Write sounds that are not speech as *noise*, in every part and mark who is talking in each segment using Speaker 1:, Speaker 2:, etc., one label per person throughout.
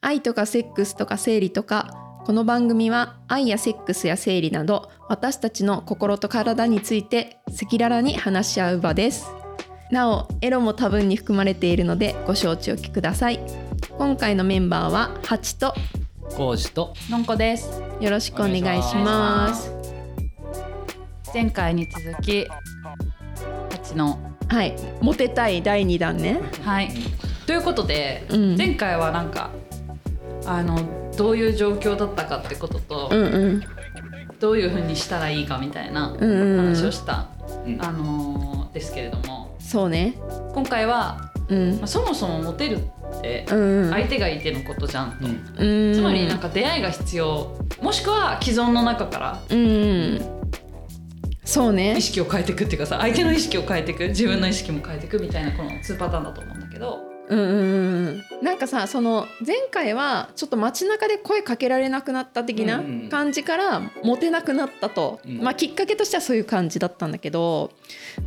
Speaker 1: 愛とかセックスとか生理とかこの番組は愛やセックスや生理など私たちの心と体について赤裸々に話し合う場ですなおエロも多分に含まれているのでご承知おきください今回のメンバーはハチと
Speaker 2: コウジと
Speaker 3: のんこです
Speaker 1: よろしくお願いします
Speaker 3: 前回に続きハチの
Speaker 1: はいモテたい第2弾ね
Speaker 3: はいということで、
Speaker 1: うん
Speaker 3: 前回はなんかあのどういう状況だったかってことと、
Speaker 1: うんうん
Speaker 3: どういうふうにしたらいいかみたいな
Speaker 1: うんうん
Speaker 3: 話をした、
Speaker 2: うん
Speaker 3: あのーですけれども
Speaker 1: そうね
Speaker 3: 今回は、
Speaker 1: うん
Speaker 3: まあ、そもそもモテるって
Speaker 1: うん
Speaker 3: 相手がいてのことじゃん、
Speaker 2: うん
Speaker 1: うん
Speaker 3: つまりなんか出会いが必要もしくは既存の中から
Speaker 1: うんうんそうね
Speaker 3: 意識を変えていくっていうかさ相手の意識を変えていく自分の意識も変えていくみたいなこの2パターンだと思うんだけど
Speaker 1: うんうんうんうんなんかさその前回はちょっと街中で声かけられなくなった的な
Speaker 2: うんうん
Speaker 1: 感じからモテなくなったと、
Speaker 2: うん
Speaker 1: まあ、きっかけとしてはそういう感じだったんだけど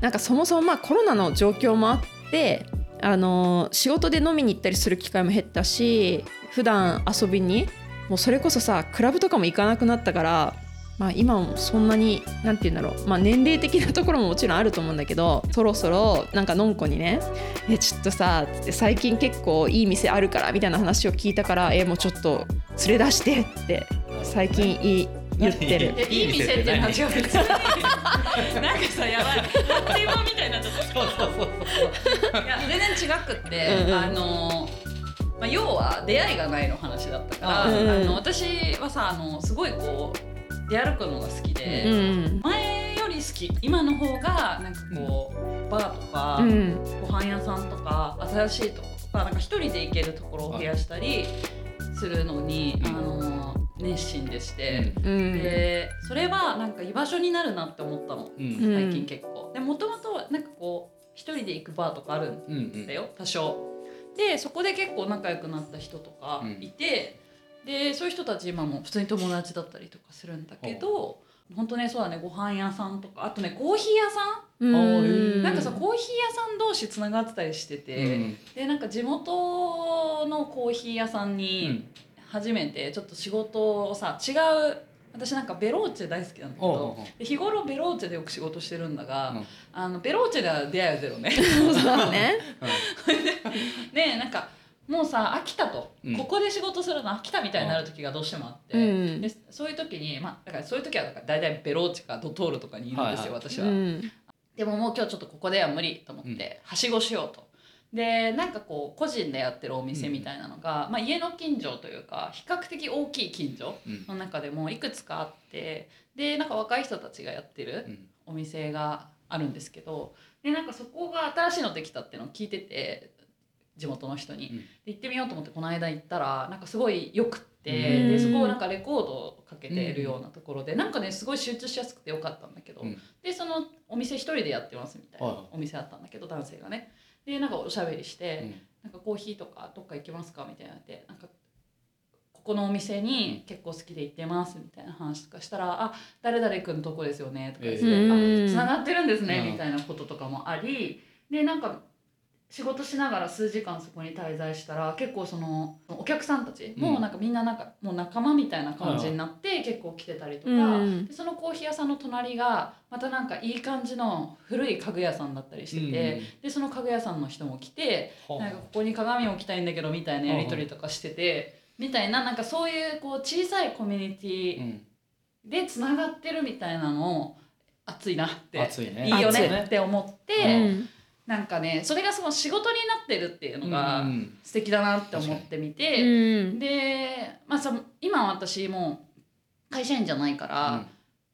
Speaker 1: なんかそもそもまあコロナの状況もあってあの仕事で飲みに行ったりする機会も減ったし普段遊びにもうそれこそさクラブとかも行かなくなったから、まあ、今もそんなに何て言うんだろう、まあ、年齢的なところももちろんあると思うんだけどそろそろなんかのんこにね「えちょっとさ」つって最近結構いい店あるから」みたいな話を聞いたから「えもうちょっと連れ出して」って最近い言ってる
Speaker 3: い。やいい店っていうのは違う *laughs* 別になんかさやばい発展場みたいになっちゃった
Speaker 2: そうそうそう
Speaker 3: いや *laughs* 全然違くって、
Speaker 1: うんうん
Speaker 3: あのまあ、要は出会いがないの話だったから、
Speaker 1: うんうん
Speaker 3: あの私はさあのすごいこう出歩くのが好きで、
Speaker 1: うん
Speaker 3: 前より好き今の方がなんかこう、バーとか、
Speaker 1: うん
Speaker 3: ご飯屋さんとか新しいとことかなんか一人で行けるところを増やしたりするのに、
Speaker 2: うん
Speaker 3: あの熱心でして、
Speaker 1: うん
Speaker 3: でそれはなんか居場所になるなって思ったの
Speaker 2: うん
Speaker 1: う
Speaker 2: うん
Speaker 1: ん
Speaker 3: 最近結構。でもともとなんかこう一人で行くバーとかあるん
Speaker 2: うんうん
Speaker 3: だよ多少。でそこで結構仲良くなった人とか
Speaker 2: うん
Speaker 3: いて、でそういう人たち今も普通に友達だったりとかするんだけど本当ねそうだねご飯屋さんとかあとねコーヒー屋さ
Speaker 1: うん
Speaker 3: ん、
Speaker 2: うん
Speaker 3: なんかさコーヒー屋さん同士つながってたりして
Speaker 2: う
Speaker 3: て、
Speaker 2: ん
Speaker 3: でなんか地元のコーヒー屋さん
Speaker 2: う
Speaker 3: に
Speaker 2: ん
Speaker 3: 初めてちょっと仕事をさ違う私なんかベローチェ大好きなんだけ
Speaker 2: おう
Speaker 3: ど。
Speaker 2: おう
Speaker 3: で日頃ベローチェでよく仕事してるんだが、
Speaker 2: うん
Speaker 3: あのベローチェでは出会いはゼ
Speaker 2: *laughs*
Speaker 3: ロね
Speaker 1: そうだね。
Speaker 3: でなんかもうさ飽きたと、
Speaker 2: うん
Speaker 3: ここで仕事するの飽きたみたいになる時がどうしてもあって、
Speaker 1: うん
Speaker 3: でそういう時にまあだからそういう時はだから大体ベローチかドトールとかにいるんですよ、
Speaker 2: はい
Speaker 3: 私
Speaker 1: う
Speaker 3: は、
Speaker 1: ん
Speaker 3: でももう今日ちょっとここでは無理と思って、
Speaker 2: うん
Speaker 3: はしごしようとでなんかこう個人でやってるお店みたいなのが、まあ、家の近所というか比較的大きい近所
Speaker 2: うん
Speaker 3: の中でもいくつかあってでなんか若い人たちがやってる、
Speaker 2: うん
Speaker 3: お店があるんですけどでなんかそこが新しいのできたっていうのを聞いてて地元の人に、
Speaker 2: うん
Speaker 3: で行ってみようと思ってこの間行ったらなんかすごいよくって、
Speaker 2: うん
Speaker 3: でそこをなんかレコードをかけてるようなところで、なんかねすごい集中しやすくてよかったんだけど、
Speaker 2: うん
Speaker 3: でそのお店一人でやってますみたい
Speaker 2: はい
Speaker 3: な
Speaker 2: はい
Speaker 3: お店あったんだけど男性がねでなんかおしゃべりして、なんかコーヒーとかどっか行きますかみたいなってなんかここのお店に結構好きで行ってますみたいな話とかしたら「あ誰々君のとこですよね」とか言って、
Speaker 2: ええ
Speaker 3: あつながってるんですね、
Speaker 2: うん
Speaker 3: みたいなこととかもありでなんか仕事しながら数時間そこに滞在したら結構そのお客さんたちも
Speaker 2: うん
Speaker 3: なんかみんななんかもう仲間みたいな感じになって結構来てたりとか、
Speaker 1: うん
Speaker 3: でそのコーヒー屋さんの隣がまたなんかいい感じの古い家具屋さんだったりしてて、でその家具屋さんの人も来て
Speaker 2: うんうん
Speaker 3: なんかここに鏡置きたいんだけどみたいなやり取りとかしててみたいななんかそういうこう小さいコミュニテ
Speaker 2: う
Speaker 3: ィ
Speaker 2: ん
Speaker 3: でつながってるみたいなのを熱いなって
Speaker 2: 熱いね
Speaker 3: いいよ
Speaker 1: 熱い
Speaker 3: ねって思っ
Speaker 1: う
Speaker 3: て
Speaker 1: ん
Speaker 3: なんかねそれがその仕事になってるっていうの
Speaker 2: う
Speaker 3: が
Speaker 2: ん
Speaker 3: 素敵だなって思ってみ
Speaker 1: う
Speaker 3: て
Speaker 1: ん
Speaker 3: でまあさ今私もう会社員じゃないから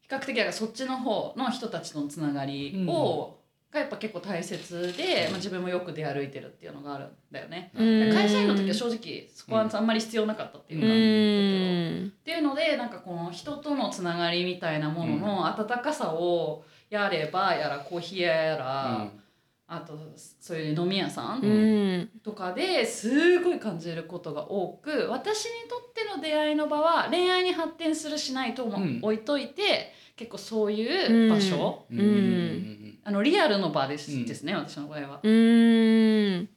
Speaker 3: 比較的だからそっちの方の人たちとのつながりをがやっぱ結構大切でまあ自分もよく出歩いてるっていうのがあるんだよね。
Speaker 1: うん
Speaker 3: 会社員の時は正直そこはあんまり必要なかったっていう
Speaker 1: う
Speaker 3: か、っ
Speaker 1: ん
Speaker 3: ていうのでなんかこの人とのつながりみたいなものの温かさをやればやらコーヒー屋やら、
Speaker 2: うん
Speaker 3: あとそういう飲み屋さ
Speaker 1: うんん
Speaker 3: とかですごい感じることが多く私にとっての出会いの場は恋愛に発展するしないとも
Speaker 2: うん
Speaker 3: 置いといて、結構そういう場所、
Speaker 2: うんうんうん
Speaker 3: あのリアルの場です,、
Speaker 2: うん
Speaker 3: ですね私の場合は。
Speaker 1: うん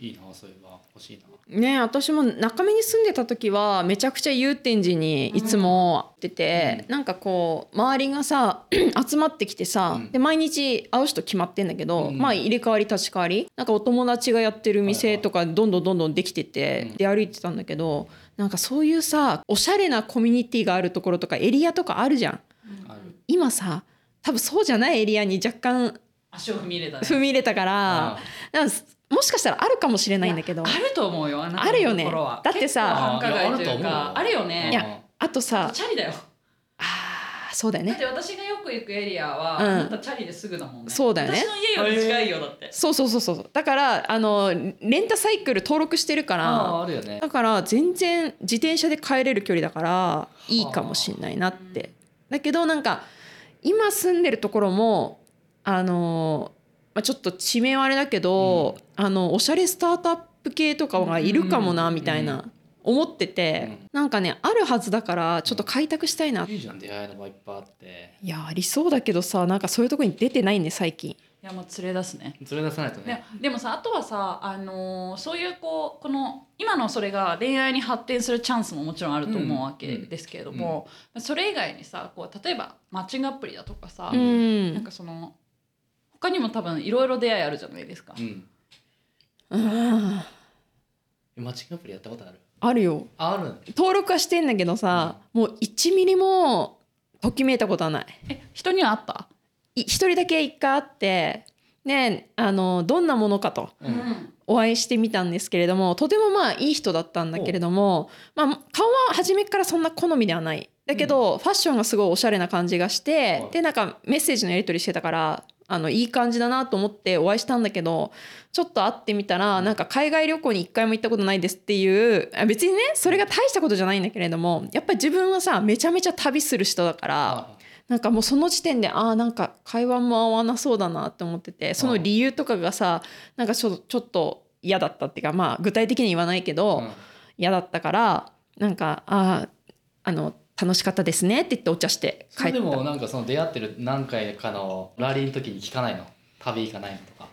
Speaker 2: いいなそれは欲しいな
Speaker 1: ね私も中目に住んでた時はめちゃくちゃ祐天寺にいつも行ってて、なんかこう周りがさ *clears throat* 集まってきてさ、
Speaker 2: うん
Speaker 1: で毎日会う人決まってんだけど、
Speaker 2: うん
Speaker 1: まあ入れ替わり立ち替わりなんかお友達がやってる店とかどんどんどんどんできてて、
Speaker 2: うん
Speaker 1: で歩いてたんだけどなんかそういうさおしゃれなコミュニティがあるところとかエリアとかあるじゃん。
Speaker 3: うん
Speaker 2: ある
Speaker 1: 今さ多分そうじゃないエリアに若干
Speaker 3: 足を踏み入れたね
Speaker 1: 踏み入れたからなんかもしかしたらあるかもしれないんだけど
Speaker 3: あると思うよあなたの
Speaker 1: あるよね
Speaker 3: ところは
Speaker 1: だってさ
Speaker 3: 結構繁華街という
Speaker 2: いや
Speaker 3: か
Speaker 2: あ
Speaker 3: あ
Speaker 2: る
Speaker 3: るよ
Speaker 2: うん
Speaker 1: いや
Speaker 3: ね
Speaker 1: あとさ
Speaker 3: チャリだよ
Speaker 1: あーそうだよ
Speaker 3: だっ
Speaker 1: ね
Speaker 3: て私がよく行くエリアは、
Speaker 1: うん
Speaker 3: あなたチャリですぐだもんね
Speaker 1: そうだよね
Speaker 3: 私の家より近いよだって
Speaker 1: そうそうそうそうだからあのレンタサイクル登録してるか
Speaker 2: あ
Speaker 1: ら
Speaker 2: あるよね
Speaker 1: だから全然自転車で帰れる距離だからいいかもしんないなってだけどなんか今住んでるところもあの、まあ、ちょっと地名はあれだけど、あのおしゃれスタートアップ系とかがいるかもな
Speaker 3: うん
Speaker 1: みたいな思ってて、なんかねあるはずだからちょっと開拓したいな、
Speaker 2: いいじゃん出会いの場いっぱいあって
Speaker 1: いやありそうだけどさなんかそういうとこに出てないね最近。
Speaker 3: いやもう連れ出すね
Speaker 2: 連れ出さないとね
Speaker 3: ね、でもさあとはさ、あのーそういうこうこの今のそれが恋愛に発展するチャンスももちろんあると思うわけですけれども、それ以外にさこう例えばマッチングアプリだとかさ、
Speaker 1: うん
Speaker 3: なんかその他にも多分いろいろ出会いあるじゃないですか、
Speaker 2: うん
Speaker 1: うん
Speaker 2: えマッチングアプリやったことある
Speaker 1: あるよ
Speaker 2: あある
Speaker 1: 登録はしてんだけどさ、もう1ミリもときめいたことはない
Speaker 3: え人にはあった、
Speaker 1: い一人だけ一回会ってねあのどんなものかと
Speaker 2: うん
Speaker 1: お会いしてみたんですけれどもとてもまあいい人だったんだけれども、まあ、顔は初めからそんな好みではないだけど、ファッションがすごいおしゃれな感じがして、
Speaker 2: はい
Speaker 1: でなんかメッセージのやり取りしてたからあのいい感じだなと思ってお会いしたんだけどちょっと会ってみたらなんか海外旅行に一回も行ったことないですっていうあ別にねそれが大したことじゃないんだけれどもやっぱり自分はさめちゃめちゃ旅する人だから。
Speaker 2: あ
Speaker 1: なんかもうその時点でああんか会話も合わなそうだなって思っててその理由とかがさなんかちょちょっと嫌だったっていうかまあ具体的には言わないけど、
Speaker 2: うん
Speaker 1: 嫌だったからなんかあーあの楽しかったですねって言ってお茶して
Speaker 2: そ
Speaker 1: 帰っ
Speaker 2: れ
Speaker 1: た
Speaker 2: でもなんかその出会ってる何回かのラリーの時に聞かないの旅行かないのとか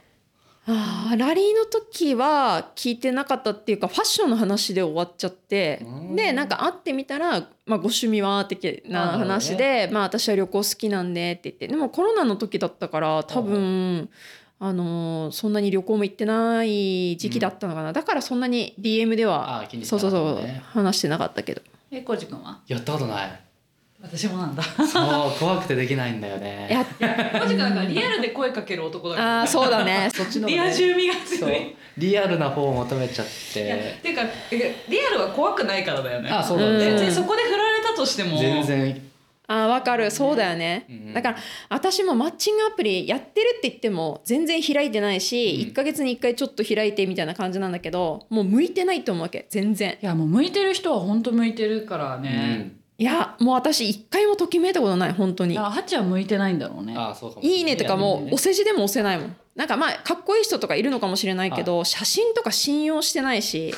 Speaker 1: あーラリーの時は聞いてなかったっていうかファッションの話で終わっちゃって
Speaker 2: うん
Speaker 1: でなんか会ってみたら「まあ、ご趣味は?」的な話で「まあ、私は旅行好きなんで」って言ってでもコロナの時だったから多分。あのーそんなに旅行も行ってない時期だったのかな、だからそんなに DM では
Speaker 2: ああ気にし
Speaker 1: そ
Speaker 2: て
Speaker 1: う
Speaker 2: な
Speaker 1: そ
Speaker 2: か
Speaker 1: う
Speaker 2: ったのね
Speaker 1: そう話してなかったけど
Speaker 3: えコージ君は
Speaker 2: やったことない
Speaker 3: 私もなんだコ
Speaker 2: そう怖くてできないんだよね
Speaker 1: やっ
Speaker 3: ージ君なんかリアルで声かける男だから
Speaker 1: ああそうだね
Speaker 2: そっちの方
Speaker 3: リ
Speaker 2: がね
Speaker 3: ア充味が
Speaker 2: そ
Speaker 3: 強
Speaker 2: う
Speaker 3: い
Speaker 2: リアルな方を求めちゃっ
Speaker 3: いや
Speaker 2: て
Speaker 3: ていうかえリアルは怖くないからだよね
Speaker 2: あそうだ
Speaker 1: うん
Speaker 3: 全
Speaker 2: ね
Speaker 3: 然そこで振られたとしても
Speaker 2: 全然
Speaker 1: あーわかるそうだよね、
Speaker 2: うん
Speaker 1: だから私もマッチングアプリやってるって言っても全然開いてないし、
Speaker 2: うん
Speaker 1: 1ヶ月に1回ちょっと開いてみたいな感じなんだけどもう向いてないと思うわけ全然
Speaker 3: いやもう向いてる人は本当向いてるから
Speaker 2: う
Speaker 3: ね、
Speaker 2: ん
Speaker 1: いやもう私1回もときめいたことない本当
Speaker 3: い
Speaker 1: に
Speaker 3: やハチは向いてないんだろうね
Speaker 2: あそうかもしれない
Speaker 1: いいねとかもお世辞でも押せないもんなんかまあかっこいい人とかいるのかもしれないけど写真とか信用してないし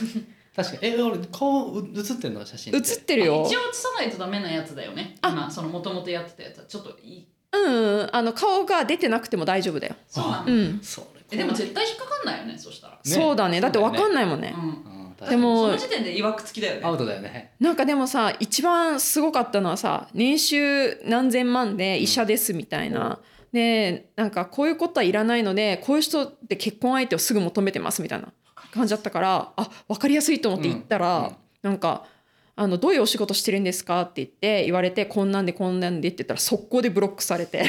Speaker 2: 確かにえ俺顔う写ってんの写真
Speaker 1: 写ってるよ
Speaker 3: 一応映さないとダメなやつだよね今そのもともとやってたやつはちょっといい
Speaker 1: うんうんあの顔が出てなくても大丈夫だよ
Speaker 3: そうなん
Speaker 1: う
Speaker 3: だ
Speaker 1: ん、
Speaker 2: それ
Speaker 3: えでも絶対引っかかんないよねそしたら、
Speaker 1: そうだねだってわかんないもんね
Speaker 3: う
Speaker 2: う
Speaker 3: ん
Speaker 2: ん確かに
Speaker 1: でも
Speaker 3: その時点でいわくつきだよ
Speaker 2: アウ
Speaker 3: ね
Speaker 2: トだよね
Speaker 1: なんかでもさ一番すごかったのはさ年収何千万で医者ですみたいな、でなんかこういうことはいらないのでこういう人って結婚相手をすぐ求めてますみたいな感じだったからあ分かりやすいと思って行ったら、
Speaker 2: うんうん
Speaker 1: なんかあの「どういうお仕事してるんですか?」って言って言われて「こんなんでこんなんで」って言ったら速攻でブロックされ
Speaker 2: *laughs*
Speaker 1: て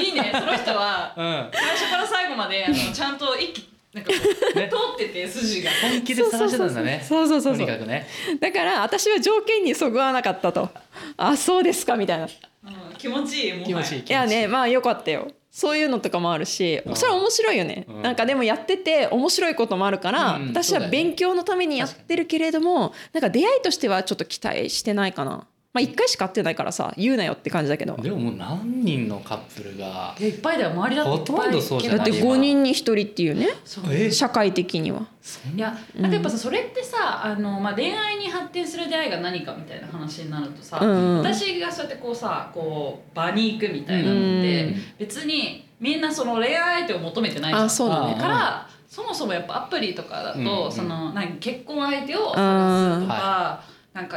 Speaker 3: いいねその人は
Speaker 2: うん
Speaker 3: 最初から最後まであのちゃんと一気なんかこう
Speaker 2: ね
Speaker 3: 通ってて筋が
Speaker 2: 本気で探してたんだね
Speaker 1: そうそうそうそ
Speaker 2: と
Speaker 1: う
Speaker 2: にかくね
Speaker 1: だから私は条件にそぐわなかった
Speaker 2: *laughs*
Speaker 1: と「あそうですか」みたいな
Speaker 3: うん気持ちいいもはや
Speaker 2: 気持ちいい
Speaker 1: いやねまあよかったよそういうのとかもあるし
Speaker 2: うん
Speaker 1: それは面白いよね、
Speaker 2: うん
Speaker 1: なんかでもやってて面白いこともあるから、
Speaker 2: うん
Speaker 1: 私
Speaker 2: そう
Speaker 1: は
Speaker 2: だよね
Speaker 1: 勉強のためにやってるけれども、なんか出会いとしてはちょっと期待してないかなまあ1回しか会ってないからさ言うなよって感じだけど
Speaker 2: でももう何人のカップルが
Speaker 3: いやいっぱいだよ周りだっていっぱい
Speaker 2: ほとんどそうじゃ
Speaker 1: だ
Speaker 2: ない
Speaker 1: って5人に1人っていうね
Speaker 3: そう
Speaker 2: え
Speaker 1: 社会的には。
Speaker 2: そん
Speaker 3: い
Speaker 2: な
Speaker 3: やなんかやっぱさそれってさあの、まあ、恋愛に発展する出会いが何かみたいな話になるとさ、
Speaker 1: うん
Speaker 3: 私がそうやってこうさこう場に行くみたいなのって、
Speaker 1: うん
Speaker 3: 別にみんなその恋愛相手を求めてないじゃん
Speaker 1: あそうだ
Speaker 2: あ
Speaker 1: ね
Speaker 3: からそもそもやっぱアプリとかだと、
Speaker 2: うんうん
Speaker 3: そのなんか結婚相手を探すとか、なんか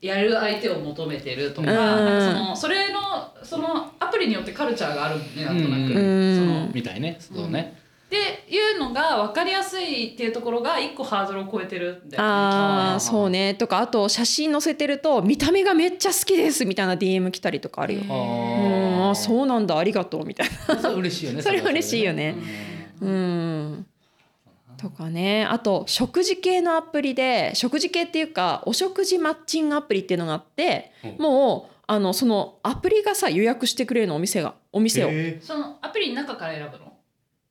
Speaker 3: やる相手を求めてるとか,、
Speaker 1: うん
Speaker 3: なんかそのそれのそのアプリによってカルチャーがあるもんねなんとなく。
Speaker 2: うん
Speaker 3: その
Speaker 2: みたいねそうね、
Speaker 3: っていうのが分かりやすいっていうところが一個ハードルを超えてるんで
Speaker 1: あ
Speaker 2: あー
Speaker 1: ーそうねとかあと写真載せてると見た目がめっちゃ好きですみたいな DM 来たりとかあるよ。
Speaker 3: うん
Speaker 1: う
Speaker 2: あ
Speaker 1: ん
Speaker 2: ー
Speaker 1: あそうなんだありがとうみたいな。
Speaker 2: それ嬉しいよね
Speaker 1: それ嬉しいよね
Speaker 3: う
Speaker 1: うんんとかねあと食事系のアプリで食事系っていうかお食事マッチングアプリっていうのがあって
Speaker 2: うん
Speaker 1: もうあのそのアプリがさ予約してくれるのお店がお店を。
Speaker 2: え
Speaker 3: そのアプリの中から選ぶの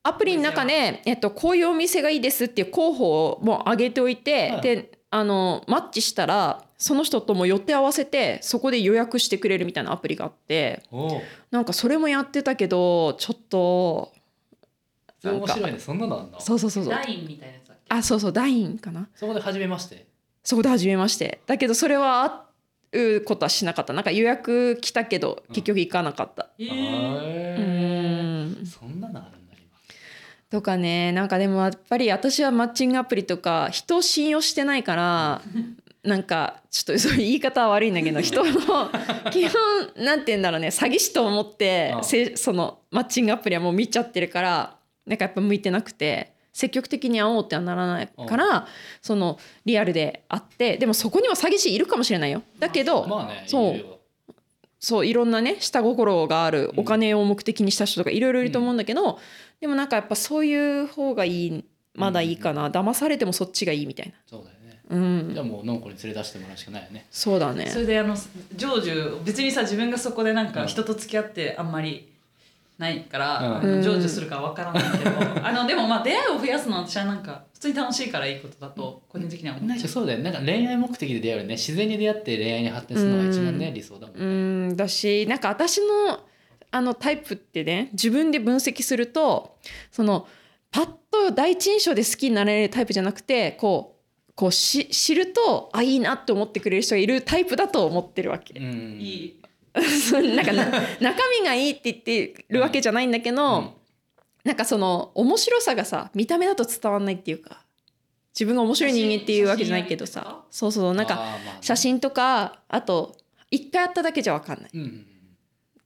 Speaker 1: アプリの中で、えっと、こういうお店がいいですっていう候補をもう上げておいて、
Speaker 2: はい
Speaker 1: であのマッチしたらその人とも予定合わせてそこで予約してくれるみたいなアプリがあって
Speaker 2: おう
Speaker 1: なんかそれもやってたけどちょっと
Speaker 2: そ
Speaker 1: な
Speaker 2: れ
Speaker 1: ん
Speaker 2: 面
Speaker 1: か
Speaker 2: 白いねそんなのあんだ
Speaker 1: そうそうそうそう
Speaker 3: ラインみたいなやつだっけ
Speaker 1: あそうそうダインかな
Speaker 2: そこで初めまして
Speaker 1: そこで初めましてだけどそれは会うことはしなかったなんか予約来たけど
Speaker 2: うん
Speaker 1: 結局行かなかった、
Speaker 3: へー
Speaker 1: う
Speaker 2: へ
Speaker 1: ーん
Speaker 2: えそんなのあるんだ今
Speaker 1: とかねなんかでもやっぱり私はマッチングアプリとか人を信用してないからなんかちょっとそういう言い方は悪いんだけど人の基本なんて言うんだろうね詐欺師と思って
Speaker 2: ああ
Speaker 1: せそのマッチングアプリはもう見ちゃってるからなんかやっぱ向いてなくて積極的に会おうってはならないからそのリアルで会ってでもそこには詐欺師いるかもしれないよだけど、
Speaker 2: まあね
Speaker 1: そう
Speaker 2: いるよ
Speaker 1: そういろんなね下心がある
Speaker 2: うん
Speaker 1: お金を目的にした人とかいろいろいると思うんだけど、でもなんかやっぱそういう方がいいまだいいかな、騙されてもそっちがいいみたい
Speaker 2: そうだよね
Speaker 1: なうん
Speaker 2: じゃあもうのんこに連れ出してもらうしかないよね
Speaker 1: そうだね
Speaker 3: それであの成就別にさ自分がそこでなんか人と付き合ってあんまりないから、あ
Speaker 1: う
Speaker 3: の
Speaker 1: ん
Speaker 3: 成就するかわからないけど、あのでもまあ出会いを増やすのは私はなんか普通に楽しいからいいことだと個人的には思う
Speaker 2: なんかそうだよねなんか恋愛目的で出会うよりね自然に出会って恋愛に発展するのが一番ね理想だもん
Speaker 1: う
Speaker 2: ね
Speaker 1: んだしなんか私のあのタイプってね自分で分析するとそのパッと第一印象で好きになれるタイプじゃなくてこうこうし知るとあいいなって思ってくれる人がいるタイプだと思ってるわけ *laughs*
Speaker 2: う。ん
Speaker 3: いい
Speaker 1: そうなんかな中身がいいって言ってるわけじゃないんだけど、
Speaker 2: うん
Speaker 1: なんかその面白さがさ見た目だと伝わんないっていうか自分が面白い人間っていうわけじゃないけど
Speaker 3: 写真
Speaker 1: さ
Speaker 3: 写
Speaker 1: そうそうなんか
Speaker 2: あーまあね
Speaker 1: 写真とかあと一回会っただけじゃ分かんない
Speaker 2: うんうんうん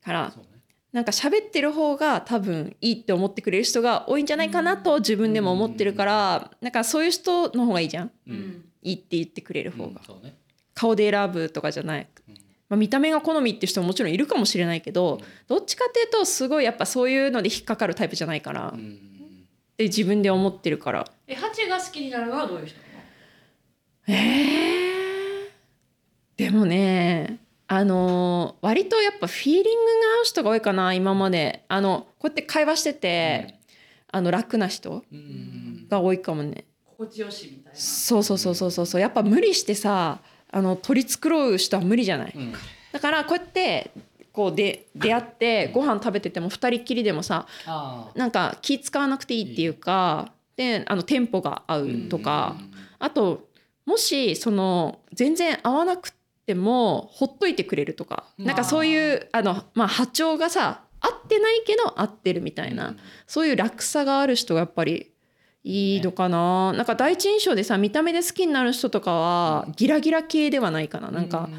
Speaker 1: から
Speaker 2: そうね
Speaker 1: なんか喋ってる方が多分いいって思ってくれる人が多いんじゃないかなと自分でも思ってるからなんかそういう人の方がいいじゃん
Speaker 3: う
Speaker 2: うん
Speaker 3: ん
Speaker 1: いいって言ってくれる方
Speaker 2: う
Speaker 1: が、
Speaker 2: んそうね
Speaker 1: 顔で選ぶとかじゃない、
Speaker 2: うん
Speaker 1: まあ、見た目が好みって人ももちろんいるかもしれないけど、どっちかっていうとすごいやっぱそういうので引っかかるタイプじゃないから、
Speaker 2: う
Speaker 1: っ
Speaker 2: ん
Speaker 1: て自分で思ってるから
Speaker 3: えハチが好きになるのはどういう人なの
Speaker 1: えーでもねあのー割とやっぱフィーリングが合う人が多いかな今まであのこうやって会話してて、あの楽な人
Speaker 2: うんうん
Speaker 1: が多いかもね
Speaker 3: 心地よしみたいな
Speaker 1: そうそうそうそうそうそうやっぱ無理してさあの取り繕う人は無理じゃない
Speaker 2: うん
Speaker 1: だからこうやってこうで出会ってご飯食べてても二人っきりでもさ
Speaker 2: あ
Speaker 1: なんか気使わなくていいっていうかであのテンポが合う
Speaker 2: ー
Speaker 1: とか、
Speaker 2: うんうんうん
Speaker 1: あともしその全然合わなくてもほっといてくれるとか、
Speaker 2: まあ
Speaker 1: なんかそういうあの、まあ、波長がさ合ってないけど合ってるみたいな、
Speaker 2: うん
Speaker 1: そういう落差がある人がやっぱりいいのかな、なんか第一印象でさ見た目で好きになる人とかはギラギラ系ではないかななんか、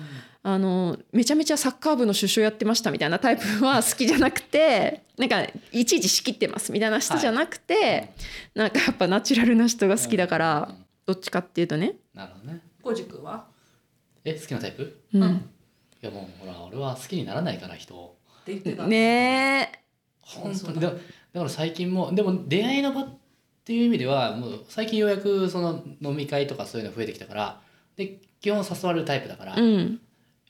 Speaker 1: あのめちゃめちゃサッカー部の首相やってましたみたいなタイプは好きじゃなくてなんかいちいち仕切ってますみたいな人じゃなくて、なんかやっぱナチュラルな人が好きだから、
Speaker 2: うんうん
Speaker 1: どっちかっていうとね、
Speaker 2: なるほどね
Speaker 3: コジ君は
Speaker 2: え好きなタイプ
Speaker 1: うん
Speaker 3: うん
Speaker 2: いやもうほら俺は好きにならないから人を
Speaker 3: って言ってた、
Speaker 1: ねえ
Speaker 2: 本
Speaker 3: そ
Speaker 2: 当
Speaker 3: うだ
Speaker 2: にだだから最近もでも出会いの場っていう意味ではもう最近ようやくその飲み会とかそういうの増えてきたからで基本誘われるタイプだから、
Speaker 1: うん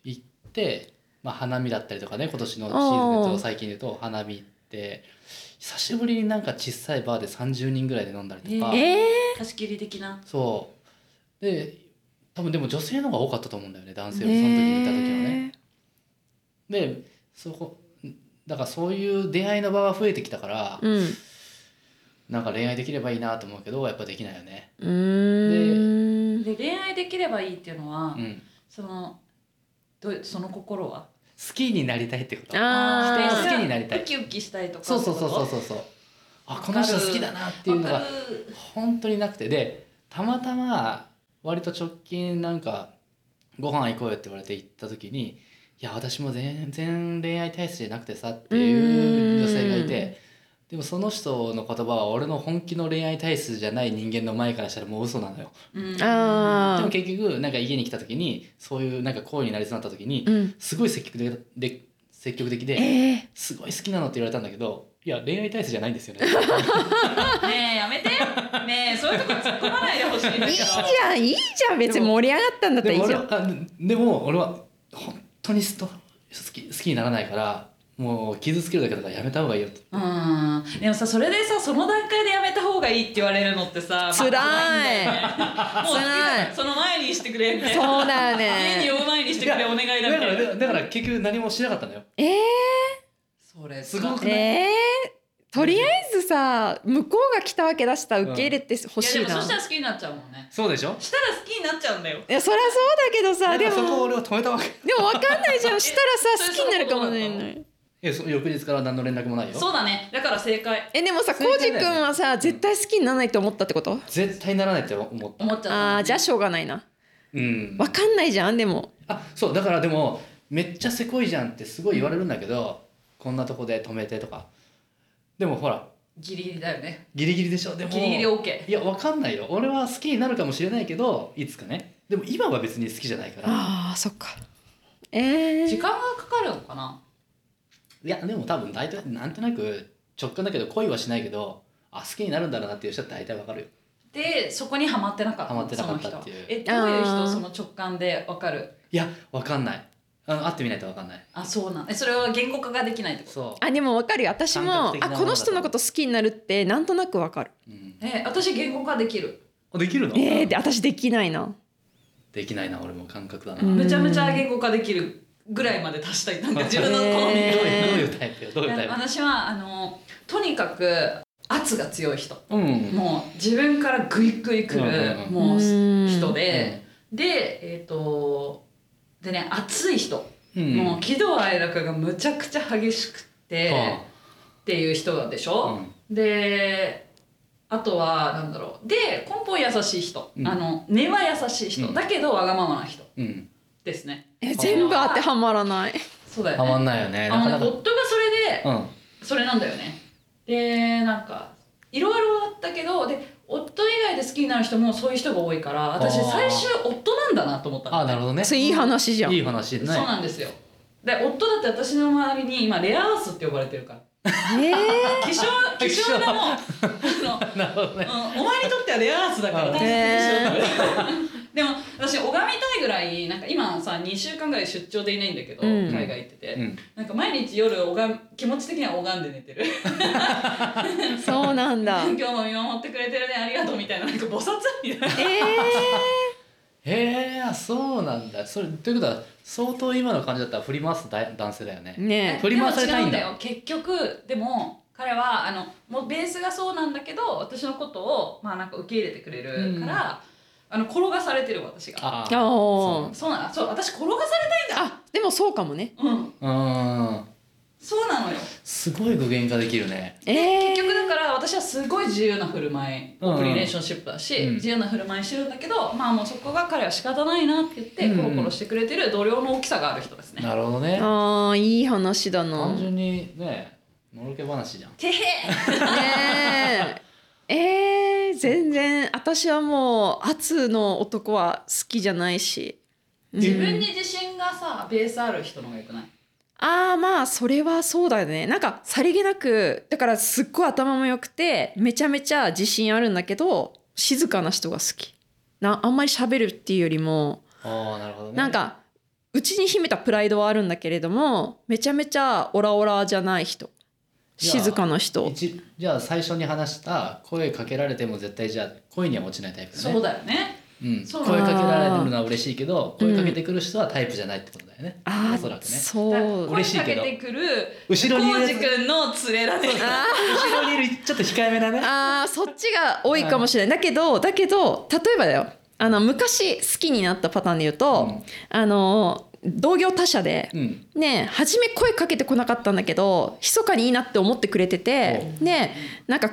Speaker 2: 行って、まあ、花見だったりとかね今年のシーズンだ
Speaker 1: お
Speaker 2: と
Speaker 1: ー
Speaker 2: 最近で言うと花見行って久しぶりになんか小さいバーで30人ぐらいで飲んだりとか、
Speaker 3: え
Speaker 1: え
Speaker 3: 貸し切り的な
Speaker 2: そうで多分でも女性の方が多かったと思うんだよね男
Speaker 1: ー、
Speaker 2: 性よりその時にいた時はね。でそこだからそういう出会いの場は増えてきたから、
Speaker 1: うんう
Speaker 2: なんか恋愛できればいいなと思うけどやっぱできないよね。
Speaker 1: ーん
Speaker 3: で恋愛できればいいっていうのは、
Speaker 2: うん、
Speaker 3: そのどうその心は
Speaker 2: 好きになりたいってこと。
Speaker 1: あー
Speaker 2: 否定好きになりたい
Speaker 3: ウキウキしたいとか
Speaker 2: そうそうそうそうそうそう。あこの人好きだなっていうのが本当になくてでたまたま割と直近なんかご飯行こうよって言われて行った時にいや私も全然恋愛体質じゃなくてさっていう女性がいてでもその人の言葉は俺の本気の恋愛体質じゃない人間の前からしたらもう嘘なのよ
Speaker 3: うん
Speaker 1: あ
Speaker 2: で
Speaker 1: ー
Speaker 2: も結局なんか家に来た時にそういうなんか恋になりそうになった時に
Speaker 1: うん
Speaker 2: すごい積極的で積極的で
Speaker 1: ええ
Speaker 2: すごい好きなのって言われたんだけどいや恋愛体質じゃないんですよね
Speaker 3: ねえやめてねえそういうとこ突っ込まないでほしいんだ
Speaker 1: いいじ
Speaker 3: けど
Speaker 1: ゃんいいじゃん別に盛り上がったんだったら
Speaker 2: で
Speaker 1: い
Speaker 2: も
Speaker 1: いじ
Speaker 2: 俺
Speaker 1: ゃ
Speaker 2: は
Speaker 1: ん
Speaker 2: あでも俺は本当にスト好き好きにならないからもう傷つけるだけだからやめた方がいいよと
Speaker 3: うんでもさそれでさその段階でやめた方がいいって言われるのってさ
Speaker 1: 辛い
Speaker 3: まあもう好き
Speaker 1: 辛い
Speaker 3: だその前にしてくれみたいな
Speaker 1: そうだよ
Speaker 3: 家に
Speaker 1: ね
Speaker 3: 呼ぶ前にしてくれお願
Speaker 2: *laughs*
Speaker 3: いだみ
Speaker 2: だか
Speaker 3: たいな
Speaker 2: らだから結局何もしなかったのよ
Speaker 1: ええ
Speaker 3: それ
Speaker 2: すごくない
Speaker 1: えー、とりあえずさ向こうが来たわけだしさ受け入れてほしい
Speaker 3: やで
Speaker 1: な、
Speaker 3: も
Speaker 1: い
Speaker 3: そしたら好きになっちゃうもんね
Speaker 2: そうでしょ
Speaker 3: したら好きになっちゃうんだよ
Speaker 1: やそりゃそうだけどさ
Speaker 2: だか
Speaker 1: で
Speaker 2: らそこを
Speaker 1: も
Speaker 2: 俺は止めたわけ
Speaker 1: でも分かんないじゃんしたらさ
Speaker 2: *laughs*
Speaker 3: そ
Speaker 1: 好きにな
Speaker 3: れ
Speaker 1: るかもね
Speaker 3: その子
Speaker 2: えそ翌日から何の連絡もないよ
Speaker 3: そうだねだから正解
Speaker 1: えでもさ
Speaker 2: そ
Speaker 1: こ
Speaker 2: ういう
Speaker 1: う
Speaker 2: 感じ
Speaker 1: じ
Speaker 2: だ
Speaker 1: く
Speaker 2: よ
Speaker 1: ん
Speaker 2: ね
Speaker 1: はさ絶対好きにならないと思ったってこと
Speaker 2: 絶対ならないって思った
Speaker 3: 思っちゃった
Speaker 1: あーじゃあ
Speaker 3: し
Speaker 1: しょうがないな
Speaker 2: うん
Speaker 1: 分かんないじゃんでも
Speaker 2: あそうだからでもめっちゃせこいじゃんってすごい言われるんだけど、こんなとこで止めてとかでもほら
Speaker 3: ギリギリだよね
Speaker 2: ギリギリでしょでも
Speaker 3: ギリギリ OK
Speaker 2: いやわかんないよ俺は好きになるかもしれないけどいつかねでも今は別に好きじゃないから
Speaker 1: あーそっかえ
Speaker 3: 時
Speaker 1: ー、
Speaker 3: 間がかかるのかない
Speaker 2: やでも多分大体なんとなく直感だけど恋はしないけどあ好きになるんだろうなっていう人は大体わかるよ
Speaker 3: でそこにはまってなかったの
Speaker 2: ハマってなかったっていう
Speaker 3: その人えどういう
Speaker 1: あー
Speaker 3: 人その直感でわかる
Speaker 2: いやわかんないあの会ってみないとわかんない
Speaker 3: あそうなんえそれは言語化ができないってこと
Speaker 2: そ
Speaker 1: あでも分かるよ私
Speaker 2: 感覚
Speaker 1: も
Speaker 2: 的な
Speaker 1: あ
Speaker 2: ものだ
Speaker 1: この人のこと好きになるってなんとなく分かる
Speaker 2: う、うん、
Speaker 3: え私言語化できる
Speaker 2: あできるの、
Speaker 1: えー、で私できないな
Speaker 2: できないな俺も感覚だな、
Speaker 1: うん
Speaker 2: ど
Speaker 3: めちゃめちゃ言語化できるぐらいまで達したいなんか自分の好み
Speaker 2: うい
Speaker 1: え
Speaker 2: うどう
Speaker 1: ー
Speaker 2: いうタイプよどういうタイプ
Speaker 3: 私はあのとにかく圧が強い人
Speaker 2: うん
Speaker 3: もう自分からグイグイ来る
Speaker 2: うん
Speaker 3: もう
Speaker 1: うん
Speaker 3: 人ででえっ、とでね熱い人、
Speaker 2: うん
Speaker 3: もう喜怒哀楽がむちゃくちゃ激しくて、
Speaker 2: は
Speaker 3: っていう人なんでし
Speaker 2: あ
Speaker 3: ょ、であとはなんだろうで根本優しい人、
Speaker 2: うん
Speaker 3: あの根は優しい人、
Speaker 2: うん
Speaker 3: だけどわがままな人
Speaker 2: うんうん
Speaker 3: ですね
Speaker 1: え全部当てはまらない
Speaker 3: そうだよ
Speaker 2: た
Speaker 3: ね
Speaker 2: まんないよねな
Speaker 3: あの
Speaker 2: か
Speaker 3: ね
Speaker 2: なか
Speaker 3: 夫がそれで
Speaker 2: うん
Speaker 3: それなんだよねでなんかいろいろあったけどで夫以外で好きになる人もそういう人が多いから私
Speaker 2: あー
Speaker 3: 最終夫なんだなと思ったの
Speaker 2: あなるほどね
Speaker 1: それいい話じゃん
Speaker 2: いい話
Speaker 3: そう
Speaker 2: ね
Speaker 3: なんですよで夫だって私の周りに今レアアースって呼ばれてるから
Speaker 1: え
Speaker 3: 希少希少なもんあの、
Speaker 2: なるほどね
Speaker 3: うん、お前にとってはレアアースだから
Speaker 2: あ
Speaker 3: 大
Speaker 2: ー
Speaker 3: 切にしよう
Speaker 1: え
Speaker 3: でも私拝みたいぐらいなんか今さ2週間ぐらい出張でいないんだけ
Speaker 1: う
Speaker 3: ど、
Speaker 1: ん
Speaker 3: 海外行ってて、
Speaker 2: うん
Speaker 3: なんか毎日夜拝み気持ち的には拝んで寝てる
Speaker 1: ー、そうなん
Speaker 3: *laughs*
Speaker 1: だ
Speaker 3: 今日も見守ってくれてるねありがとうみたいななんか菩薩みたいな
Speaker 1: え
Speaker 2: へえそうなんだそれということは相当今の感じだったら振り回すだ男性だよね、
Speaker 1: ー、ね
Speaker 2: 振り回されたいんだ
Speaker 3: でも違うよ結局でも彼はあのもうベースがそうなんだけど私のことをまあなんか受け入れてくれるから、あの転がされてる私が
Speaker 2: あ
Speaker 1: えあ
Speaker 2: そうな
Speaker 1: ー
Speaker 2: んだ
Speaker 3: そうなのそう私転がされたいんだ
Speaker 1: あでもそうかもね
Speaker 3: うん
Speaker 2: うーん
Speaker 3: そうなのよ
Speaker 2: すごい具現化できるね
Speaker 1: え
Speaker 3: 結
Speaker 1: ー、
Speaker 3: 局だから私はすごい自由な振る舞い
Speaker 2: うん
Speaker 3: リレーションシップだし、
Speaker 2: うん
Speaker 3: 自由な振る舞いしてるんだけどまあもうそこが彼は仕方ないなって言って、
Speaker 2: うん
Speaker 3: コロコロしてくれてる度量の大きさがある人ですね。
Speaker 2: なるほどね
Speaker 1: あーいい話だな
Speaker 2: 単純にねのろけ話じゃん
Speaker 3: てへー
Speaker 1: ねええー、全然私はもう圧の男は好きじゃないし、うん
Speaker 3: 自分に自信がさベースある人の方がよくない
Speaker 1: ああまあそれはそうだよねなんかさりげなくだからすっごい頭も良くてめちゃめちゃ自信あるんだけど静かな人が好きなあんまり喋るっていうよりも
Speaker 2: ああなるほどね
Speaker 1: なんかうちに秘めたプライドはあるんだけれどもめちゃめちゃオラオラじゃない人
Speaker 2: いや
Speaker 1: 静かな人
Speaker 2: 一じゃあ最初に話した声かけられても絶対じゃあ声には落ちないタイプだね
Speaker 3: そうだよね
Speaker 2: うん、
Speaker 3: そう
Speaker 2: 声かけられるのは嬉しいけど声かけてくる人はタイプじゃないってことだよね、
Speaker 1: あ
Speaker 2: おそらく
Speaker 1: あ
Speaker 2: ね
Speaker 1: そう
Speaker 2: 嬉しいけど
Speaker 3: 声かけてくる
Speaker 2: 後ろにいる
Speaker 3: 浩
Speaker 2: やつ
Speaker 3: 二くんの連れだね
Speaker 1: あー
Speaker 2: 後ろにいるちょっと控えめだね
Speaker 1: あーそっちが多いかもしれないだけどだけど例えばだよあの昔好きになったパターンで言うと、
Speaker 2: うん
Speaker 1: あの同業他社で
Speaker 2: うん
Speaker 1: ねえ初め声かけてこなかったんだけど密かにいいなって思ってくれててねえなんか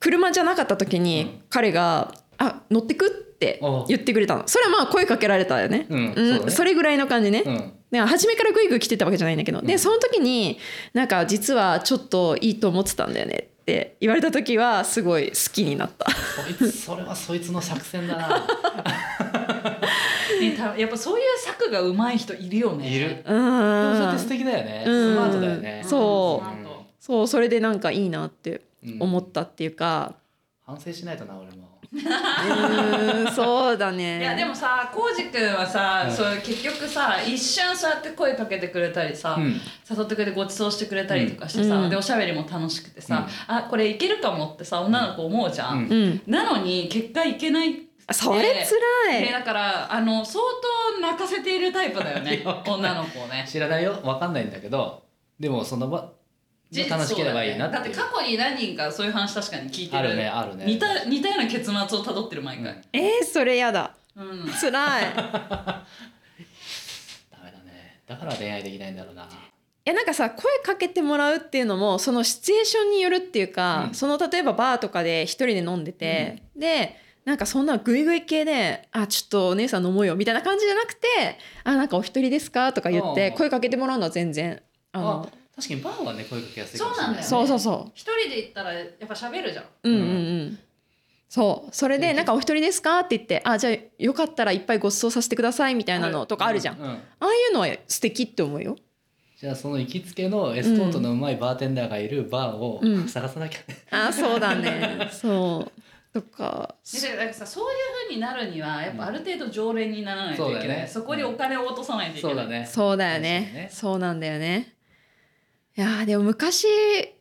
Speaker 1: 車じゃなかった時
Speaker 2: う
Speaker 1: に
Speaker 2: ん
Speaker 1: 彼が「あ乗ってく?」って
Speaker 2: あ
Speaker 1: 言ってくれたのそれはまあ声かけられたよね、
Speaker 2: う
Speaker 1: う
Speaker 2: ん
Speaker 1: ん
Speaker 2: そうだね
Speaker 1: それぐらいの感じね、
Speaker 2: うん
Speaker 1: で初めからグイグイ来てたわけじゃないんだけど、
Speaker 2: う
Speaker 1: で
Speaker 2: ん
Speaker 1: その時になんか実はちょっといいと思ってたんだよねって言われた時はすごい好きになった
Speaker 2: そいつそれはそいつの作戦だ
Speaker 1: *laughs*
Speaker 2: な
Speaker 3: *laughs* ねたやっぱそういう策がうまい人いるよね
Speaker 2: いる
Speaker 1: う
Speaker 2: でもそれっ
Speaker 1: ん
Speaker 2: て素敵だよね
Speaker 1: うん
Speaker 2: スマートだよね
Speaker 1: んそう
Speaker 3: スマート
Speaker 1: そうそれでなんかいいなって
Speaker 2: うん
Speaker 1: 思ったっていう
Speaker 2: *laughs*
Speaker 1: か、
Speaker 2: 反省しないとな俺も
Speaker 1: うーんそうだね
Speaker 3: いやでもさ浩二君はさ、
Speaker 2: うん
Speaker 3: そう結局さ一瞬そうやって声かけてくれたりさ、
Speaker 2: うん
Speaker 3: 誘ってくれてご馳走してくれたりとかしてさ、
Speaker 1: うん
Speaker 3: でおしゃべりも楽しくてさ、あこれいけるかもってさ女の子思うじゃん、
Speaker 2: うん
Speaker 1: うん
Speaker 3: なのに結果いけないって
Speaker 1: それつらい、
Speaker 3: ね、だからあの相当泣かせているタイプだよね
Speaker 2: いやわかんない
Speaker 3: 女の子をね
Speaker 2: 知らないよ分かんないんだけどでもその場
Speaker 3: 事実
Speaker 2: 楽しければ *laughs* いいなって
Speaker 3: そうだ,、ね、だって過去に何人かそういう話確かに聞いてる
Speaker 2: あるねあるね
Speaker 3: 似た似たような結末をたどってる毎
Speaker 2: うんダ
Speaker 3: 回、
Speaker 1: えー、それやだ
Speaker 3: うん
Speaker 1: つらいい
Speaker 2: メだねだから恋愛できないんだろうな
Speaker 1: やなんかさ声かけてもらうっていうのもそのシチュエーションによるっていうか、
Speaker 2: うん
Speaker 1: その例えばバーとかで一人で飲んでて、でなんかそんなグイグイ系で「あちょっとお姉さん飲もうよ」みたいな感じじゃなくて「あなんかお一人ですか?」とか言っ
Speaker 2: あ
Speaker 1: て
Speaker 2: ー
Speaker 1: 声かけてもらうのは全然あ
Speaker 2: あ
Speaker 1: の
Speaker 2: 確かにバーはね声かけやすいかもしれない
Speaker 3: そ
Speaker 1: そう
Speaker 3: なんだよ
Speaker 1: う
Speaker 3: ね
Speaker 1: そうそう
Speaker 3: 一人で行ったらやっぱ喋るじゃん
Speaker 1: うんうんうん。そうそれで「なんかお一人ですか?」って言って「あじゃあよかったらいっぱいご馳走させてください」みたいなのとかあるじゃん、
Speaker 2: うう
Speaker 1: ああいうのは素敵って思うよ
Speaker 2: じゃあその行きつけのエスコートのうまいバーテンダーがいるバーを
Speaker 1: うん
Speaker 2: 探さなきゃ、
Speaker 1: あーそうだ *laughs* ねそうとか
Speaker 3: でだからさそういうふうになるにはやっぱある程度常連にならないといけない、
Speaker 2: そうだね
Speaker 3: そこにお金を落とさないといけ
Speaker 2: そ
Speaker 3: な
Speaker 2: う
Speaker 3: い、
Speaker 2: だね
Speaker 1: そうだよ
Speaker 2: 確
Speaker 1: ね
Speaker 2: かにね
Speaker 1: そうなんだよねいやーでも昔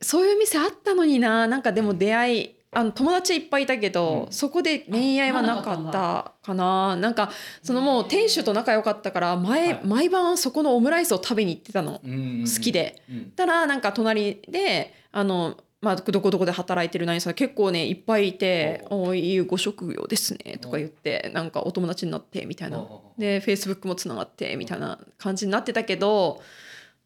Speaker 1: そういう店あったのにななんかでも出会いあの友達いっぱいいたけど、
Speaker 2: うん
Speaker 1: そこで恋愛はなかったかななんかそのもう店主と仲良かったから前、
Speaker 2: はい
Speaker 1: 毎晩そこのオムライスを食べに行ってたの
Speaker 2: うんうんうん
Speaker 1: 好きで、
Speaker 2: うん
Speaker 1: たらなんか隣であの、まあ、どこどこで働いてる何さん結構ねいっぱいいて「
Speaker 2: お
Speaker 1: おーいいご職業ですね」とか言ってなんかお友達になってみたい
Speaker 2: おう
Speaker 1: な
Speaker 2: おう
Speaker 1: でフェイスブックもつながってみたいな感じになってたけど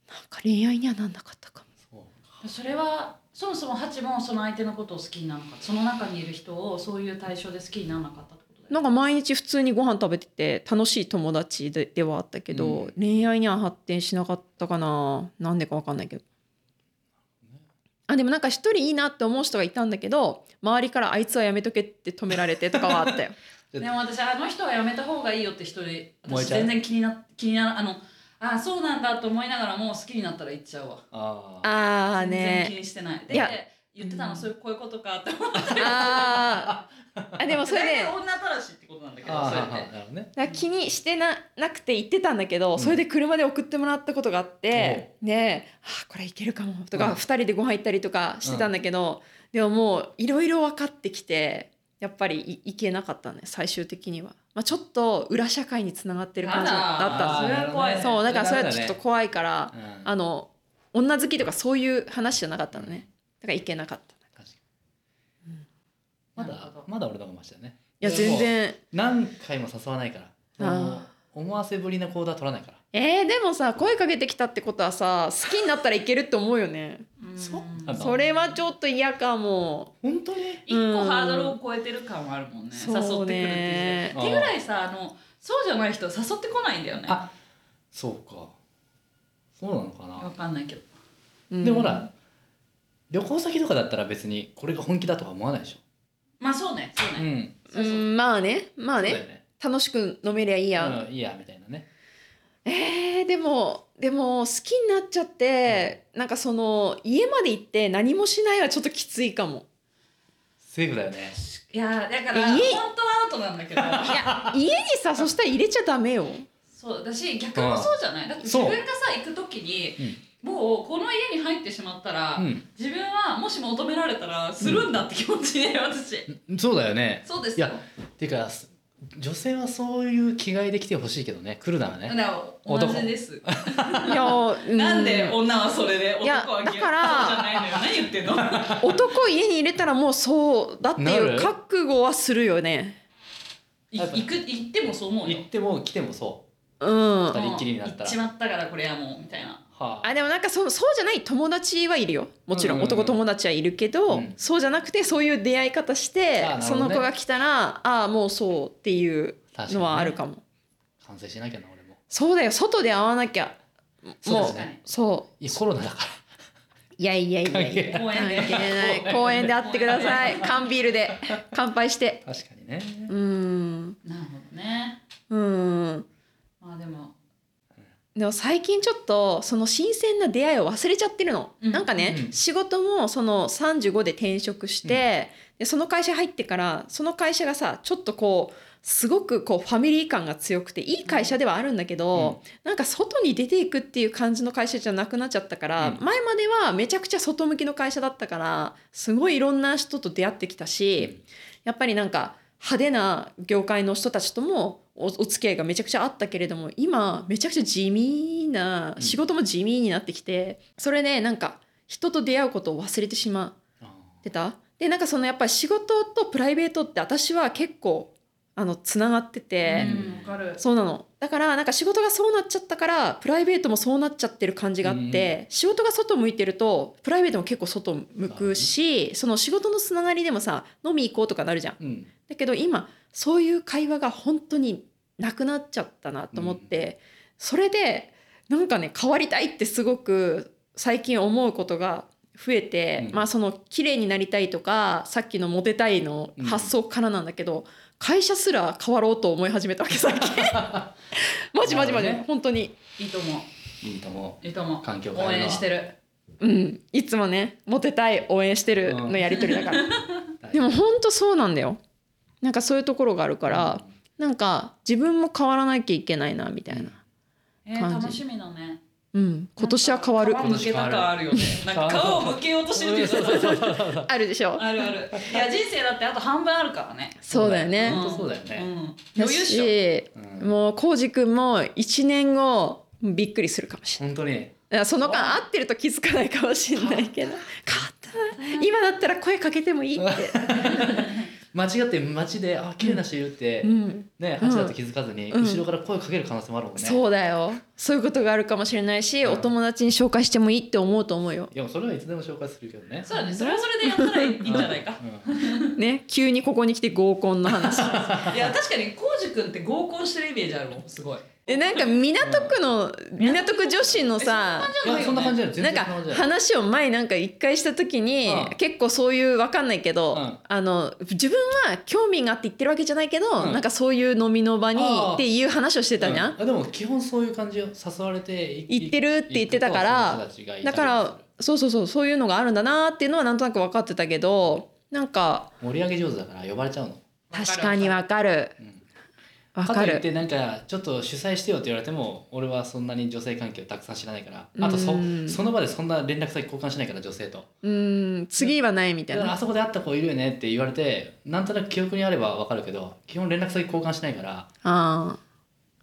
Speaker 1: なんか恋愛にはなんなかったかも。
Speaker 2: おう
Speaker 3: それはそもそもハチもその相手のことを好きにならなかったその中にいる人をそういう対象で好きにならなかったってことだよね
Speaker 1: なんか毎日普通にご飯食べてて楽しい友達でではあったけど、
Speaker 2: うん
Speaker 1: 恋愛には発展しなかったかななんでかわかんないけどあでもなんか一人いいなって思う人がいたんだけど周りから「あいつはやめとけ」って止められてとかはあったよ
Speaker 3: でも私あの人はやめた方がいいよって人で
Speaker 2: 燃え
Speaker 3: 私
Speaker 2: ちゃう
Speaker 3: 全然気にな気にならあのあそうなんだと思いながらもう好きになったら言っちゃうわ
Speaker 2: あ
Speaker 1: *laughs* あ
Speaker 2: あ
Speaker 1: ー
Speaker 3: 全然気
Speaker 1: ね
Speaker 3: にしてない
Speaker 1: いや
Speaker 3: で言ってたの、
Speaker 1: うん
Speaker 3: そういうこういうことかって思って
Speaker 1: あーあでもそれで、*laughs*
Speaker 3: 大体女たらしってことなんだけど
Speaker 2: あ
Speaker 3: そ
Speaker 2: ー
Speaker 3: れ
Speaker 2: はいは
Speaker 3: っ
Speaker 2: い
Speaker 3: て
Speaker 2: なるほどね
Speaker 1: だから気にしてななくて行ってたんだけど、
Speaker 2: ん
Speaker 1: それで車で送ってもらったことがあって、ねえ、あこれいけるかもとか、
Speaker 2: うん
Speaker 1: 2人でご飯行ったりとかしてたんだけど、でももういろいろ分かってきてやっぱりい行けなかったね最終的には、まあ、ちょっと裏社会につながってる感じだっ
Speaker 3: あ
Speaker 1: た
Speaker 3: ら
Speaker 1: ん
Speaker 3: そ
Speaker 1: で
Speaker 3: れは怖
Speaker 1: す
Speaker 3: いー
Speaker 1: よそうだからそれは
Speaker 2: だ
Speaker 1: ちょっ
Speaker 2: ね
Speaker 1: と怖いから、
Speaker 2: うん
Speaker 1: あの女好きとかそういう話じゃなかったのねだから行けなかった
Speaker 2: 確かにま
Speaker 3: なる
Speaker 2: だ
Speaker 3: ほど
Speaker 2: まだ俺の方がマシだね
Speaker 1: いや
Speaker 2: で
Speaker 1: 全
Speaker 2: も
Speaker 1: 然
Speaker 2: 何回も誘わないから
Speaker 1: あー
Speaker 2: もう思わせぶりな行動は取らないから
Speaker 1: えー、でもさ声かけてきたってことはさ好きになったらいけるって思うよね
Speaker 3: うん
Speaker 2: そうなんだ
Speaker 1: それはちょっと嫌かも。
Speaker 2: 本当に
Speaker 3: 一個ハードルを超えてる感はあるもんね、
Speaker 1: そう
Speaker 3: 誘ってくるって
Speaker 1: ね
Speaker 3: いうってぐらいさあのそうじゃない人は誘ってこないんだよねわ
Speaker 2: あそうかそうなのかな
Speaker 3: かんないけど
Speaker 1: うん
Speaker 2: でもほら旅行先とかだったら別にこれが本気だとか思わないでし
Speaker 3: まあそうねそう
Speaker 2: ょ
Speaker 3: ね、
Speaker 2: ん
Speaker 1: う、
Speaker 3: そうそうん
Speaker 1: まあね、まあ
Speaker 2: そうだ
Speaker 1: ね、
Speaker 2: よね
Speaker 1: 楽しく飲めりゃいいや。
Speaker 2: うんいいやみたいなね
Speaker 1: えーでも、でも好きになっちゃって、なんかその家まで行って何もしないはちょっときついか
Speaker 2: *laughs*
Speaker 1: も。
Speaker 2: セーフだよね
Speaker 3: いやだから本
Speaker 1: え
Speaker 3: 当はアウトなんだけど
Speaker 1: いや、家にさ、そしたら入れちゃダメ
Speaker 2: *laughs*
Speaker 1: よ。
Speaker 3: そうだし逆もそうじゃないだって自
Speaker 2: そう
Speaker 3: 分がさ行く時にもうこの家に入ってしまったら、
Speaker 2: うん
Speaker 3: 自分はもし求められたらするんだって気持ちで、私
Speaker 2: うんそうだよね
Speaker 3: そうです
Speaker 2: い
Speaker 3: よ
Speaker 2: やていうかす女性はそういう着替えで来てほしいけどね来るなら
Speaker 3: だ
Speaker 2: ね
Speaker 3: から同
Speaker 2: 男
Speaker 3: じです
Speaker 1: いや、う
Speaker 3: なんで女はそれで
Speaker 1: いや
Speaker 3: 男はゲー
Speaker 1: だから
Speaker 3: そうじゃないのよ何言ってんの
Speaker 1: 男を家に入れたらもうそうだってい
Speaker 2: な
Speaker 1: う
Speaker 2: る
Speaker 1: 覚悟はするよね。
Speaker 3: い行く行ってもそう思うよ
Speaker 2: 行っても来てもそ
Speaker 1: うん
Speaker 2: 二人っきりになったら
Speaker 3: 行っちまったからこれはもうみたいな
Speaker 2: はあ
Speaker 1: あでもなんかそうそうじゃない友達はいるよもちろ
Speaker 2: うん
Speaker 1: ん
Speaker 2: うんうん
Speaker 1: 男友達はいるけど、
Speaker 2: うん
Speaker 1: そうじゃなくてそういう出会い方して、
Speaker 2: あーなるほどね
Speaker 1: その子が来たらああもうそうっていう
Speaker 2: 確かに
Speaker 1: の
Speaker 2: ね
Speaker 1: はあるかも
Speaker 2: 完成しなきゃな俺も
Speaker 1: そうだよ外で会わなきゃ
Speaker 2: そうで
Speaker 1: もう
Speaker 2: す
Speaker 1: *laughs*
Speaker 2: ね
Speaker 1: そう
Speaker 2: いやコロナだから
Speaker 1: いやいやいや
Speaker 2: 関係
Speaker 1: いや
Speaker 2: ない
Speaker 3: 公園
Speaker 1: 関
Speaker 3: で
Speaker 1: 係ない
Speaker 2: *laughs*
Speaker 1: 公園で会ってください缶ビールで乾杯して
Speaker 2: 確かにね
Speaker 1: うーん
Speaker 3: *laughs* なるほどね
Speaker 1: うーん
Speaker 3: まあでも
Speaker 1: でも最近ちょっとその新鮮な出会いを忘れちゃってるの、
Speaker 3: うん
Speaker 1: なんかね、
Speaker 2: うん
Speaker 1: 仕事もその35で転職して、でその会社入ってからその会社がさちょっとこうすごくこうファミリー感が強くていい会社ではあるんだけど、なんか外に出ていくっていう感じの会社じゃなくなっちゃったから、
Speaker 2: うん
Speaker 1: 前まではめちゃくちゃ外向きの会社だったからすごいいろんな人と出会ってきたし、やっぱりなんか派手な業界の人たちともおお付き合いがめちゃくちゃあったけれども今めちゃくちゃ地味な
Speaker 2: うん
Speaker 1: 仕事も地味になってきてそれでなんか人と出会うことを忘れてしま
Speaker 2: あ
Speaker 1: ってたでなんかそのやっぱり仕事とプライベートって私は結構あのつながってて、
Speaker 3: うんわかる
Speaker 1: そうなのだからなんか仕事がそうなっちゃったからプライベートもそうなっちゃってる感じがあって、仕事が外向いてるとプライベートも結構外向くし、その仕事のつながりでもさ飲み行こうとかなるじゃん
Speaker 2: ーうん
Speaker 1: だけど今そういう会話が本当になくなっちゃったなと思って、それでなんかね変わりたいってすごく最近思うことが増えて、
Speaker 2: うん
Speaker 1: まあその綺麗になりたいとかさっきのモテたいの発想からなんだけど、会社すら変わろうと思い始めたわけ最
Speaker 2: *laughs*
Speaker 1: 近マジマジマジ、
Speaker 2: なるほどね
Speaker 1: 本当に
Speaker 3: いいと思
Speaker 2: いいと思
Speaker 3: ういいと思う
Speaker 2: 環境変える
Speaker 3: 応
Speaker 2: のは
Speaker 3: 援してる
Speaker 1: うんいつもねモテたい応援してるのやり取りだ
Speaker 2: *laughs*
Speaker 1: から、
Speaker 2: う
Speaker 1: でも本当そうなんだよなんかそういうところがあるから、なんか自分も変わらなきゃいけないなみたいな、
Speaker 3: えー、
Speaker 1: 感じ
Speaker 3: 楽しみだね
Speaker 1: うん、今年は変わる
Speaker 3: なんか皮むけた感あるよね *laughs* なんか皮をむけようとしてるっていうか
Speaker 2: そうそうそうそう
Speaker 1: あるでしょ
Speaker 3: あるあるいや人生だってあと半分あるからね
Speaker 1: そうだよね
Speaker 2: 本当そうだよ
Speaker 3: う
Speaker 2: ね、
Speaker 3: ん
Speaker 1: だ
Speaker 3: 余裕っしょ *laughs*
Speaker 1: し
Speaker 2: うん
Speaker 1: もうこうじくんも1年後びっくりするかもしれ
Speaker 2: 本当に
Speaker 1: ないその間会ってると気づかないかもしれない *laughs* けど変わった今だったら声かけてもいいって、 *laughs*
Speaker 2: 間違って街であ綺麗な人いるって、
Speaker 1: うん、
Speaker 2: ね橋だと気づかずに、
Speaker 1: うん
Speaker 2: 後ろから声かける可能性もあるもんね
Speaker 1: そうだよそういうことがあるかもしれないし、
Speaker 2: うん
Speaker 1: お友達に紹介してもいいって思うと思うよ
Speaker 2: いやそれはいつでも紹介するけどね
Speaker 3: そうだねそれはそれでやったらいいんじゃない *laughs* か
Speaker 2: うん
Speaker 1: ね急にここに来て合コンの *laughs* 話
Speaker 3: いや確かに浩司君って合コンしてるイメージあるもんすごい
Speaker 1: えなんか港区の港区女子のさ
Speaker 2: いやそんな感じだよ全
Speaker 1: なん
Speaker 2: 然
Speaker 1: か
Speaker 2: そんな感じだよ
Speaker 1: 話を前なんか一回した時に
Speaker 2: うん
Speaker 1: 結構そういうわかんないけど、
Speaker 2: うん
Speaker 1: あの自分は興味があって言ってるわけじゃないけど、
Speaker 2: うん
Speaker 1: なんかそういう飲みの場に
Speaker 2: あー
Speaker 1: っていう話をしてたじゃん
Speaker 2: う、んあでも基本そういう感じよ誘われて
Speaker 1: 行ってるって言ってたから
Speaker 2: 行くとその人たちがいた
Speaker 1: だ
Speaker 2: り
Speaker 1: からそうそうそうそういうのがあるんだなっていうのはなんとなく分かってたけどなんか
Speaker 2: 盛り上げ上手だから呼ばれちゃうの
Speaker 1: 確かに分かる
Speaker 2: うん
Speaker 1: 分
Speaker 2: と
Speaker 1: か
Speaker 2: いっ
Speaker 1: る
Speaker 2: てなんかちょっと主催してよって言われても俺はそんなに女性関係をたくさん知らないからあとそ
Speaker 1: うん
Speaker 2: その場でそんな連絡先交換しないから女性と
Speaker 1: うん次はないみた
Speaker 2: だ
Speaker 1: い
Speaker 2: から
Speaker 1: な
Speaker 2: あそこで会った子いるよねって言われてなんとなく記憶にあれば分かるけど基本連絡先交換しないから
Speaker 1: あ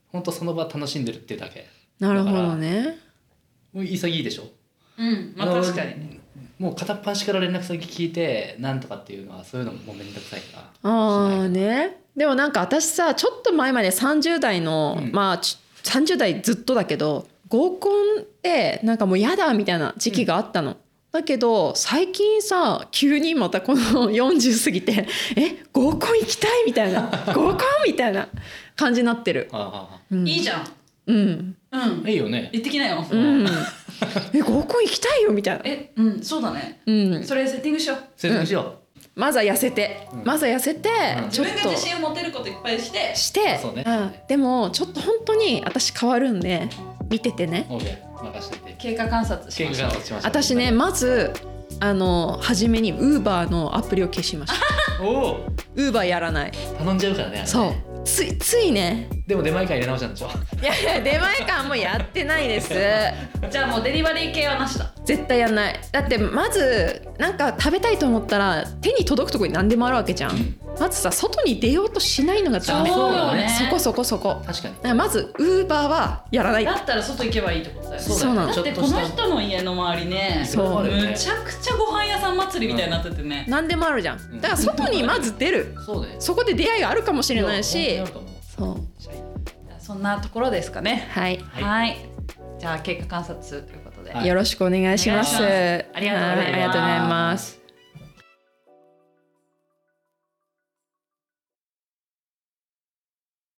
Speaker 2: 本当その場楽しんでるってだけ
Speaker 1: ーなるほどね
Speaker 2: もう潔いでしょ
Speaker 3: うんまあ
Speaker 2: の
Speaker 3: 確かにね
Speaker 2: もう片っ端から連絡先聞いてなんとかっていうのはそういうのももう面倒くさいから
Speaker 1: ああ
Speaker 2: しない
Speaker 1: ねでもなんか私さちょっと前まで30代の、
Speaker 2: うん
Speaker 1: まあち30代ずっとだけど合コンってなんかもう嫌だみたいな時期があったの。だけど最近さ急にまたこの *laughs* 40過ぎて「え合コン行きたい」みたいな「合コン」みたいな感じになってる。
Speaker 2: あ
Speaker 1: うん、
Speaker 3: いいじゃん
Speaker 1: うん
Speaker 3: うん
Speaker 2: あいいよね
Speaker 3: 行ってきなよ
Speaker 1: うん、え合コン行きたいよみたいな、
Speaker 3: えうんそうだね
Speaker 1: うん、
Speaker 3: それセッティングしよう
Speaker 2: 説明しよ
Speaker 1: まずは痩せて、
Speaker 2: うん
Speaker 1: まずは痩せて、
Speaker 2: うん
Speaker 1: ち
Speaker 3: 自
Speaker 1: ょっ
Speaker 3: 分が
Speaker 1: と
Speaker 3: 自信を持てることいっぱいして
Speaker 1: して
Speaker 2: そうね
Speaker 1: うんでもちょっと本当に私変わるんで見ててね
Speaker 2: う OK 任せてて
Speaker 3: 経過観察し
Speaker 2: 喧
Speaker 3: ま
Speaker 2: 嘩
Speaker 3: しょ
Speaker 2: が
Speaker 3: う
Speaker 2: 落ちました
Speaker 1: 私ねまずあの初めにウーバーのアプリを消しました
Speaker 2: おお
Speaker 1: ウーバーやらない
Speaker 2: 頼んじゃうからねあれね
Speaker 1: そうついついね
Speaker 2: でも出前館入れ直したんでしょ
Speaker 1: いやいや出前館もやってないです
Speaker 3: じゃあもうデリバリー系はなしだ
Speaker 1: 絶対やんないだってまずなんか食べたいと思ったら手に届くとこに何でもあるわけじゃんまずさ外に出ようとしないのがダメ
Speaker 2: そうよね
Speaker 1: そこそこそこ
Speaker 2: 確かに
Speaker 1: だからまずウーバーはやらない
Speaker 3: だったら外行けばいいってことだよね
Speaker 1: そうなの
Speaker 3: だってこの人の家の周りね
Speaker 1: そう
Speaker 2: あるよね
Speaker 3: むちゃくちゃご飯屋さん祭りみたいになっててね、
Speaker 1: 何でもあるじゃんだから外にまず出る
Speaker 2: そうだよ
Speaker 1: そこで出会いがあるかもしれない
Speaker 2: い
Speaker 1: し
Speaker 2: や本当にあると思う
Speaker 1: そう
Speaker 2: 確かに
Speaker 3: いやそんなところですかね
Speaker 1: はい、
Speaker 2: は
Speaker 3: はいい、じゃあ経過観察ということで
Speaker 2: はい
Speaker 1: よろしくお願いします。
Speaker 3: お願いしますありがとうございま
Speaker 1: は
Speaker 3: す
Speaker 1: ありがとうございます。